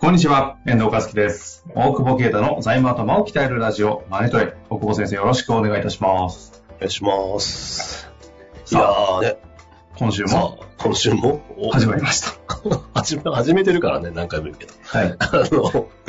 こんにちは、遠藤和樹です。大久保啓太の財務頭を鍛えるラジオ、マネトレ。大久保先生、よろしくお願いいたします。お願いします。いやさあ、ーね、今週さもあ、今週も、お始まりました。 始め、始めてるからね、何回も言うけど。 はい、あ の、どう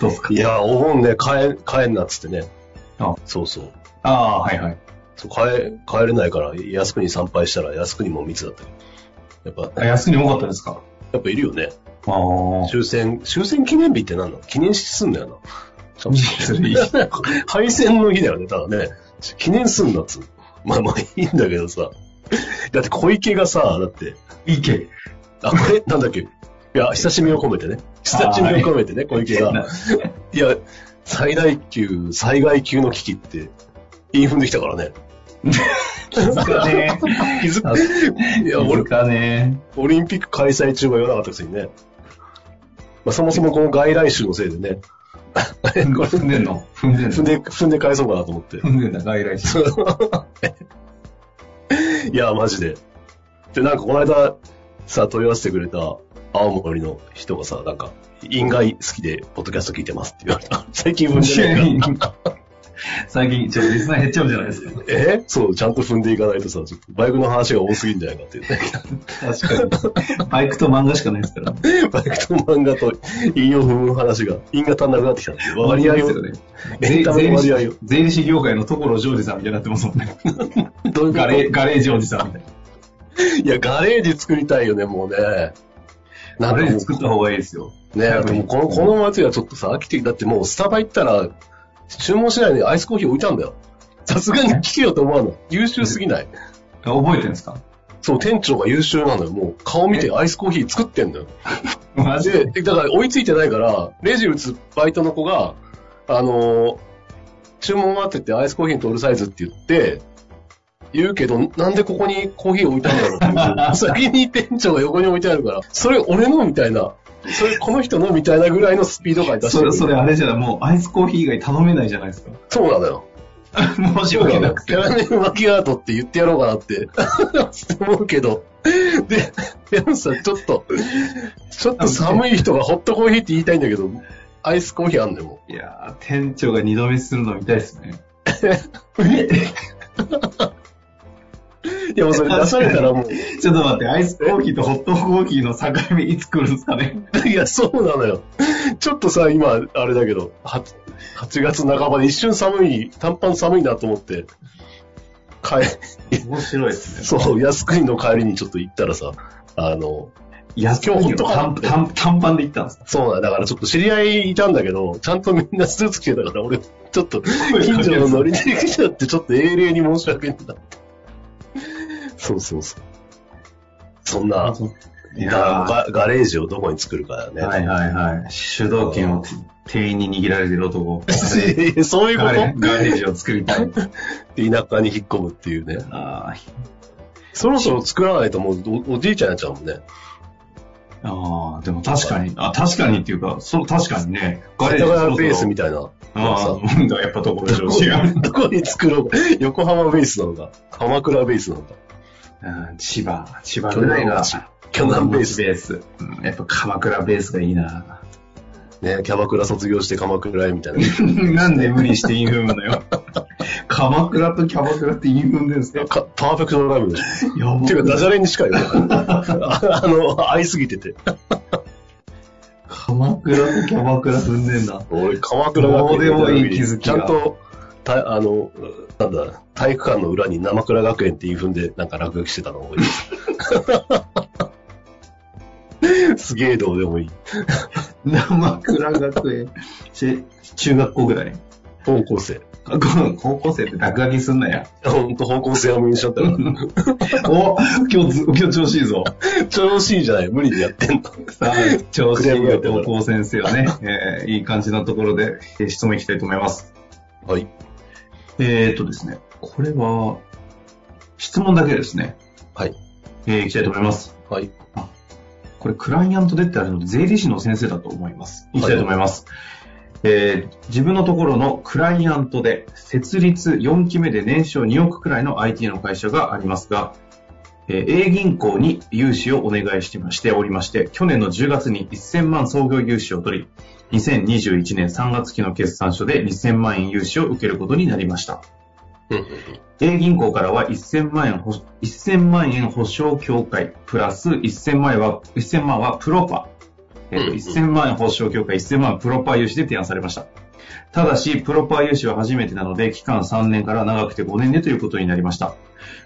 ですかいやー、お盆ね、帰、帰んなっつってね。あそうそう。ああ、はいはい。そう帰、帰れないから、靖国参拝したら靖国も密だったけど。やっぱ、あ安に多かったですかやっぱいるよね。ああ、終戦、終戦記念日って何なの記念式すん だよそれいい。な。敗戦の日だよね、ただね。記念すんなっつうのまあまあいいんだけどさ。だって小池がさ、だって、いいけ。あ、これ、なんだっけ。いや、親しみを込めてね。親しみを込めてね、小池が。いや、最大級、災害級の危機って、言い踏んできたからね。気づか ね気づあく。いえ。気や、づ俺、かねオリンピック開催中は言わなかったくせにね。まあ、そもそもこの外来種のせいでね、え。踏んでんの踏んでん踏のんで、踏んで返そうかなと思って。踏んでんだ、外来種。いや、マジで。で、なんかこの間、さ、問い合わせてくれた青森の人がさ、なんか、院外好きで、ポッドキャスト聞いてますって言われた。最近踏んでないから。最近、ちょっとリスナー減っちゃうじゃないですか。えそう、ちゃんと踏んでいかないとさ、ちょっとバイクの話が多すぎんじゃないかっていうね。確か に。バイクと漫画しかないですから。バイクと漫画と韻を踏む話が、韻が足んなくなってきたって いう割合ですよを、ね。エンタメの割合を。税理士業界の所ジョージさんみたいになってますもん ね。どういうガレガレージおじさんみたいな。いや、ガレージ作りたいよね、もうね。なんガレかーもジ作った方がいいですよ。う、ね、でもこの、この街がちょっとさ、飽きてきただってもうスタバ行ったら、注文しないでアイスコーヒー置いちゃうんだよ。さすがに聞けよと思わない。優秀すぎない。覚えてるんですかそう、店長が優秀なのよ。もう顔見てアイスコーヒー作ってんのよ。マジで、だから追いついてないから、レジ打つバイトの子が、あのー注文待っててアイスコーヒーとオールサイズって言って、言うけど、なんでここにコーヒー置いたんだろうってい う先に店長が横に置いてあるから、それ俺のみたいな、それこの人のみたいなぐらいのスピード感出してそる。れ、それあれじゃない、もうアイスコーヒー以外頼めないじゃないですか。 そうなのよ。申しキ訳ャなラくて。メルマキアートって言ってやろうかなって、思うけど。で、山さん、ちょっと、ちょっと寒い人がホットコーヒーって言いたいんだけど、アイスコーヒーあんのよ、もう。いやー、店長が二度目するの見たいですね。 いや、もうそれ出されたらもう、ちょっと待って、アイスコーヒーとホットコーヒーの境目いつ来るんですかね。いや、そうなのよ。ちょっとさ、今、あれだけど、8, 8月半ばで一瞬寒い、短パン寒いなと思って、帰、 面白いですね。そう、靖国の帰りにちょっと行ったらさ、あの、安今日ホット短か短短パンで行ったんですかそうなんだからちょっと知り合いいたんだけど、ちゃんとみんなスーツ着てたから、俺、ちょっと、近所のノリで来ちゃって、ちょっと英霊に申し訳ないなって。そうそうそう。そんな、いやガガレージをどこに作るかだよーね。はいはいはい。主導権を店員に握られてる男。 そういうこガレとガレージを作りたい。田舎に引っ込むっていうね。あーそろそろ作らないともうおおじいちゃんになっちゃうもんね。ああ、でも確かに、あ、確かにっていうか、その確かにね、ガ世レー田ジ谷ベースみたいな。ああ、うんだ、やっぱところ上どこ違う。どこに作ろうか。 横浜ベースなのか。鎌倉ベースなのか。うん千葉、千葉ぐらいが、巨南ベース。ベース。うんやっぱ鎌倉ベースがいいな。ね、キャバクラ卒業して鎌倉へみたいな。 なんで無理してインフムのよ。鎌倉とキャバクラってインフムですかかパーフェクトライブでしょ。やばっていうか、ダジャレにしか言わ ない。ああの、合いすぎてて。鎌倉とキャバクラ踏んでんだ。俺、鎌倉学どうで園もいいに気づきちがゃんと、たあの、なんだ、体育館の裏に生倉学園って言い踏んで、なんか落書きしてたの覚え てるすげえどうでもいい。生倉学園。し中学校ぐらい。高校生。高校生って落書きすんなや。ほんと方向性は無理しちゃっ たから。お今日ず、今日調子いいぞ。調子いいじゃない無理でやってんの。さあ、調子いいクレームが高校先生はね、えーいい感じなところで、えー質問いきたいと思います。はい。えー、っとですね、これは、質問だけですね。はい。えーいきたいと思います。はい。これ、クライアントでってあるので、税理士の先生だと思います。いきたいと思います。えー自分のところのクライアントで、設立4期目で年商2億くらいの IT の会社がありますが、えー A 銀行に融資をお願いしてましておりまして、去年の10月に1000万創業融資を取り、2021年3月期の決算書で2000万円融資を受けることになりました。うんうんうん A 銀行からは1000万円保、1000万円保証協会、プラス1000万円は、1000万はプロパ。えっ、うんと、うん1000万円保証協会、1000万円プロパ融資で提案されました。ただし、プロパ融資は初めてなので、期間3年から長くて5年でということになりました。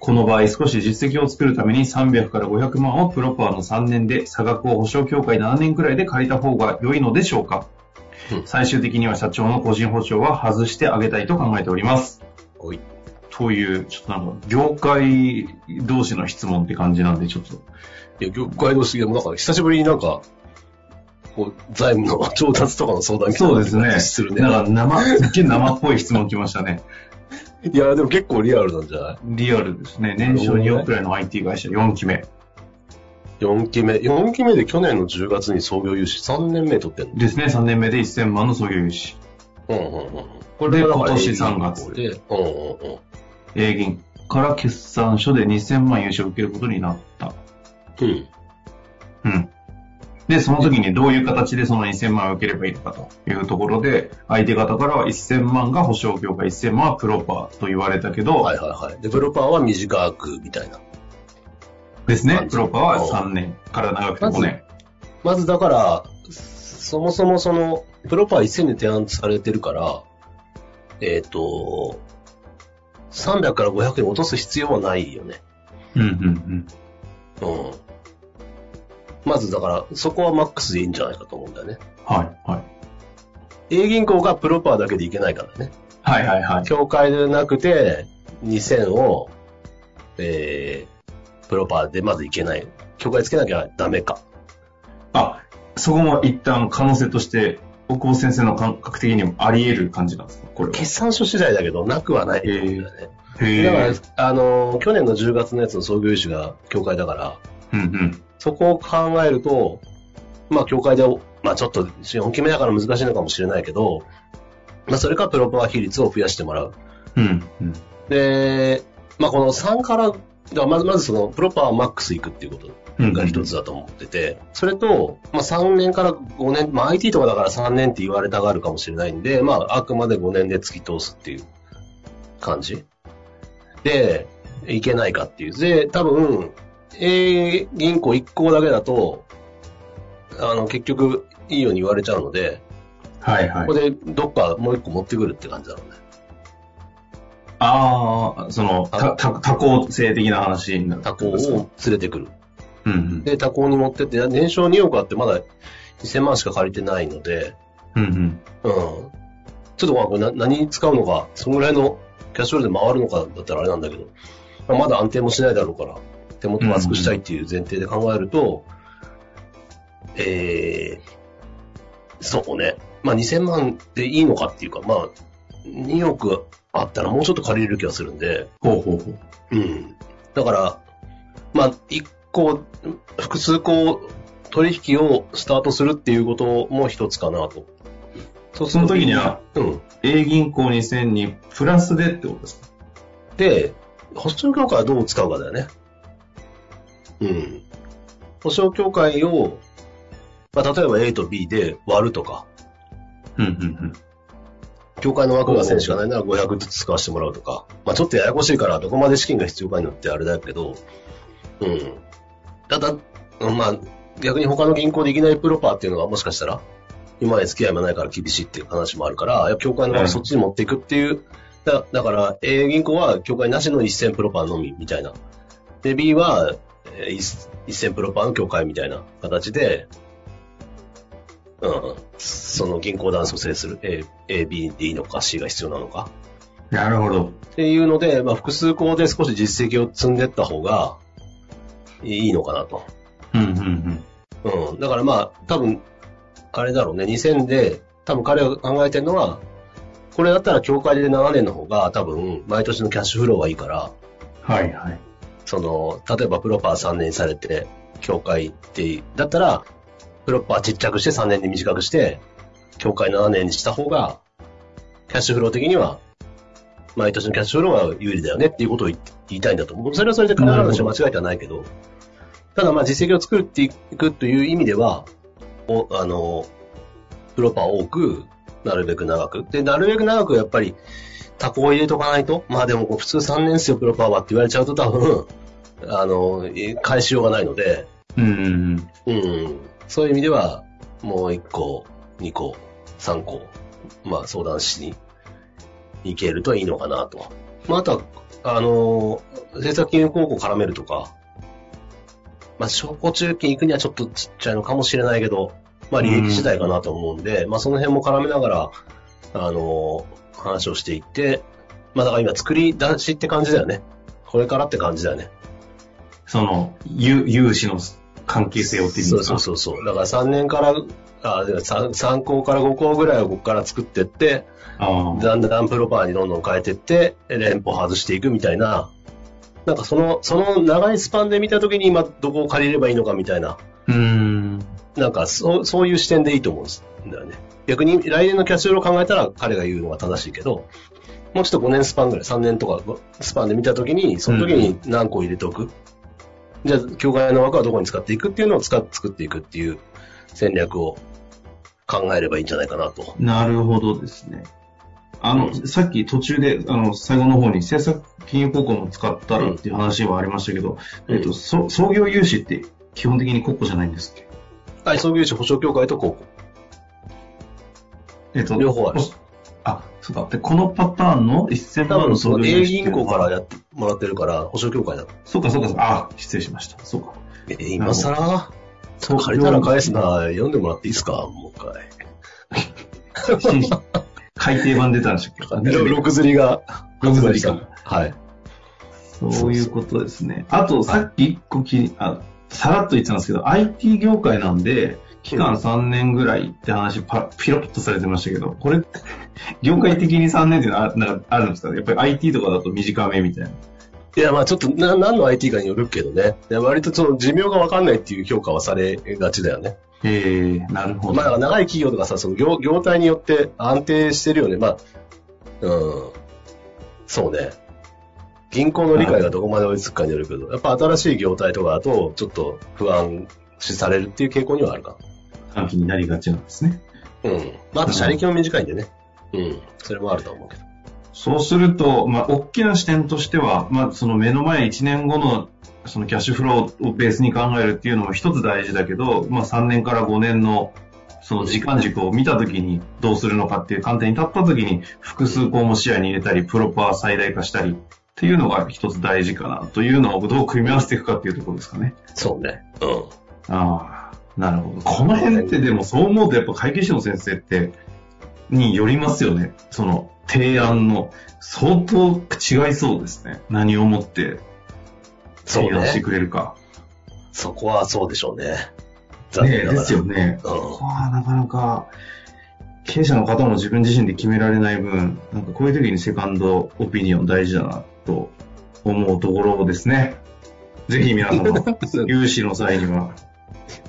この場合、少し実績を作るために300から500万をプロパの3年で、差額を保証協会7年くらいで借りた方が良いのでしょうかうん最終的には社長の個人保証は外してあげたいと考えております。おい。という、ちょっとなんか、業界同士の質問って感じなんで、ちょっと。いや、業界の資源も、だから久しぶりになんか、こう、財務の調達とかの相談そうですね。するね。なんか、生、すっげえ生っぽい質問来ましたね。いや、でも結構リアルなんじゃないリアルですね。年商2億くらいの IT 会社4期目 ?4 期目。4期目で去年の10月に創業融資3年目取ってんの。ですね。3年目で1000万の創業融資。うんうんうん。これで今年3月で。うんうんうん。 A 銀から決算書で2000万融資を受けることになった。うん。うん。で、その時にどういう形でその1000万を受ければいいのかというところで、相手方からは1000万が保証業界、1000万はプロパーと言われたけど、はいはいはい。デベロッパーは短く、みたいな。ですまねプず。ロパは3年から長くて5年。まずだから、そもそもその、プロパー1000で提案されてるから、えっ、と、300から500円落とす必要はないよね。うんうんうん。まずだから、そこはマックスでいいんじゃないかと思うんだよね。うん。はいはい。 A 銀行がプロパーだけでいけないからね。はいはいはい。協会でなくて、2000を、えー、プロパーでまずいけない。協会つけなきゃダメか。あ、そこも一旦可能性として、大久保先生の感覚的にもあり得る感じなんですかこれは決。算書次第だけど、なくはない、えーだね。へだからー、あのー、去年の10月のやつの創業融資が協会だから、うんうん。そこを考えると、まあ、協会で、まあ、ちょっと4期目だから難しいのかもしれないけど、まあ、それかプロパー比率を増やしてもらう。うんうん。で、まあ、この3から、だからまず、まずその、プロパーマックスいくっていうことうんが一つだと思ってて、それと、まあ、3年から5年、まあ、IT とかだから3年って言われたがあるかもしれないんで、まあ、あくまで5年で突き通すっていう感じで、いけないかっていう。で、多分、A 銀行1行だけだと、あの、結局、いいように言われちゃうので、はいはこいこ。でどっかもう1個持ってくるって感じだろうね。ああ、その、たた多項性的な話になる。他行を連れてくる。うんうん。で、他行に持ってって、年商2億あってまだ2000万しか借りてないので、うんうん。うんちょっとまあこれな何に使うのか、そのぐらいのキャッシュフローで回るのかだったらあれなんだけど、まあまだ安定もしないだろうから、手元を厚くしたいっていう前提で考えると、えー、そうね、まあ2000万でいいのかっていうか、まあ2億あったらもうちょっと借りれる気がするんで、ほうほうほう。うん。だから、まあ、一個、複数個取引をスタートするっていうことも一つかなと。そその時には、うん。 A 銀行2000にプラスでってことですかで、保証協会はどう使うかだよね。うん。保証協会を、まあ、例えば A と B で割るとか、うんうん協会の枠が選手がないなら500ずつ使わせてもらうとか、まあ、ちょっとややこしいからどこまで資金が必要かによってあれだけど、うん。ただ、うんまあ、逆に他の銀行でいきなりプロパーっていうのがもしかしたら、今まで付き合いもないから厳しいっていう話もあるから、いや協会のう枠んそっちに持っていくっていう、だだから、A 銀行は協会なしの1000プロパーのみみたいな。で、B はえー1000プロパーの協会みたいな形で、うん。その銀行団組成する A、A、B でいいのか C が必要なのか。なるほど。っていうので、まあ、複数校で少し実績を積んでった方がいいのかなと。うんうんうん。うん。だからまあ、多分、あれだろうね、2000で、多分彼が考えてるのは、これだったら協会で7年の方が多分、毎年のキャッシュフローはいいから、はいはい。その、例えばプロパー3年されて、協会って、だったら、プロパーちっちゃくして3年に短くして、協会7年にした方が、キャッシュフロー的には、毎年のキャッシュフローが有利だよねっていうことを言って言いたいんだと思う。それはそれで必ずしも間違いではないけど、ただまあ実績を作っていくという意味では、おあの、プロパー多く、なるべく長く。で、なるべく長くやっぱり、タコを入れとかないと、まあでもこう普通3年生よ、プロパーはって言われちゃうと多分、あの、え返しようがないので、うんうんうん。うん、そういう意味では、もう1個、2個、3個、まあ相談しに行けるといいのかなと。まああとは、あの、政策金融高校絡めるとか、まあ商工中金行くにはちょっとちっちゃいのかもしれないけど、まあ利益次第かなと思うんで、まあその辺も絡めながら、あの、話をしていって、まあだから今作り出しって感じだよね。これからって感じだよね。その、ゆ融資の関係性をっていうんそでうすそうか。そうそう。だから3年から、あ3、3校から5校ぐらいをここから作ってって、ああ。だんだんプロパーにどんどん変えてって、連邦外していくみたいな、なんかその、その長いスパンで見たときに今どこを借りればいいのかみたいな、うーん。なんかそう、そういう視点でいいと思うんだよね。逆に来年のキャッシュフローを考えたら彼が言うのが正しいけど、もうちょっと5年スパンぐらい、3年とかスパンで見たときに、その時に何個入れておく。じゃあ、教会の枠はどこに使っていくっていうのを使っ作っていくっていう戦略を考えればいいんじゃないかなと。なるほどですね。あの、うんさっき途中で、あの、最後の方に政策金融高校も使ったらっていう話はありましたけど、うんえっと、そ創業融資って基本的に国庫じゃないんですっけはい、創業者保証協会と高校。えっと、両方あるおあ、そうだ。で、このパターンの1000多万の分そ創業の A 融資っていう銀のは行からやってもらってるから、保証協会だ。そうか、そうか、そうか。あ、失礼しました。そうか。えー、今更そう借りたら返すな、読んでもらっていいですかもう一回。改訂版出たんでしたっ け6釣りが六釣り発売かしたはい。そういうことですね。あと、さっき一個きり、あ、さらっと言ってたんですけど、IT 業界なんで、期間3年ぐらいって話、パピロッとされてましたけど、これ、業界的に3年っていうのはあなんかあるんですかねやっぱり IT とかだと短めみたいな。いや、まあちょっとな、何の IT かによるけどね。で割とその寿命がわかんないっていう評価はされがちだよね。えー、なるほど。まあだから長い企業とかさ、その業業態によって安定してるよね。まあ、うん。そうね。銀行の理解がどこまで追いつくかによるけど、やっぱ新しい業態とかだと、ちょっと不安視されるっていう傾向にはあるか短期になりがちなんですね。な。うん。まあ、あと車力も短いんでね。うん。それもあると思うけど。そうすると、まあ、大きな視点としては、まあ、その目の前1年後のそのキャッシュフローをベースに考えるっていうのも一つ大事だけど、まあ、3年から5年のその時間軸を見たときにどうするのかっていう観点に立ったときに複数項も視野に入れたり、プロパー最大化したりっていうのが一つ大事かなというのをどう組み合わせていくかっていうところですかね。そうね。うん。ああ、なるほど。この辺ってでもそう思うとやっぱ会計士の先生って、によりますよね。その提案の相当違いそうですね。何をもってそう提案してね。くれるか。そこはそうでしょうね。残ね念えながでら。すよね。うんここはなかなか、経営者の方も自分自身で決められない分、なんかこういう時にセカンドオピニオン大事だなと思うところですね。ぜひ皆様、融資の際には、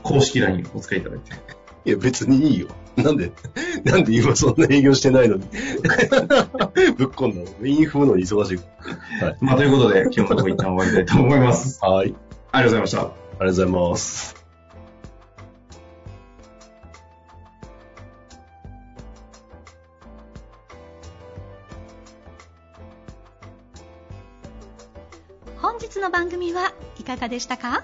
公式 LINE をお使いいただいて。いや、別にいいよ。なんで、 なんで今そんな営業してないのに。 ぶっこんだの。インフムのに忙しい。まあ、ということで、今日のとこ一旦終わりたいと思います。あはい。ありりがとうございました。がとうございます。本日の番組はいかがでしたか